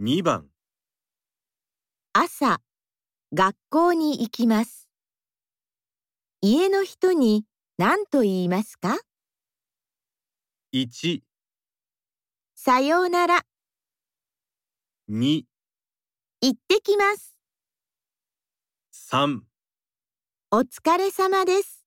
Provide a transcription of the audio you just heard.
2番朝、学校に行きます。家の人に何と言いますか1、さようなら、 2、行ってきます。 3お疲れ様です。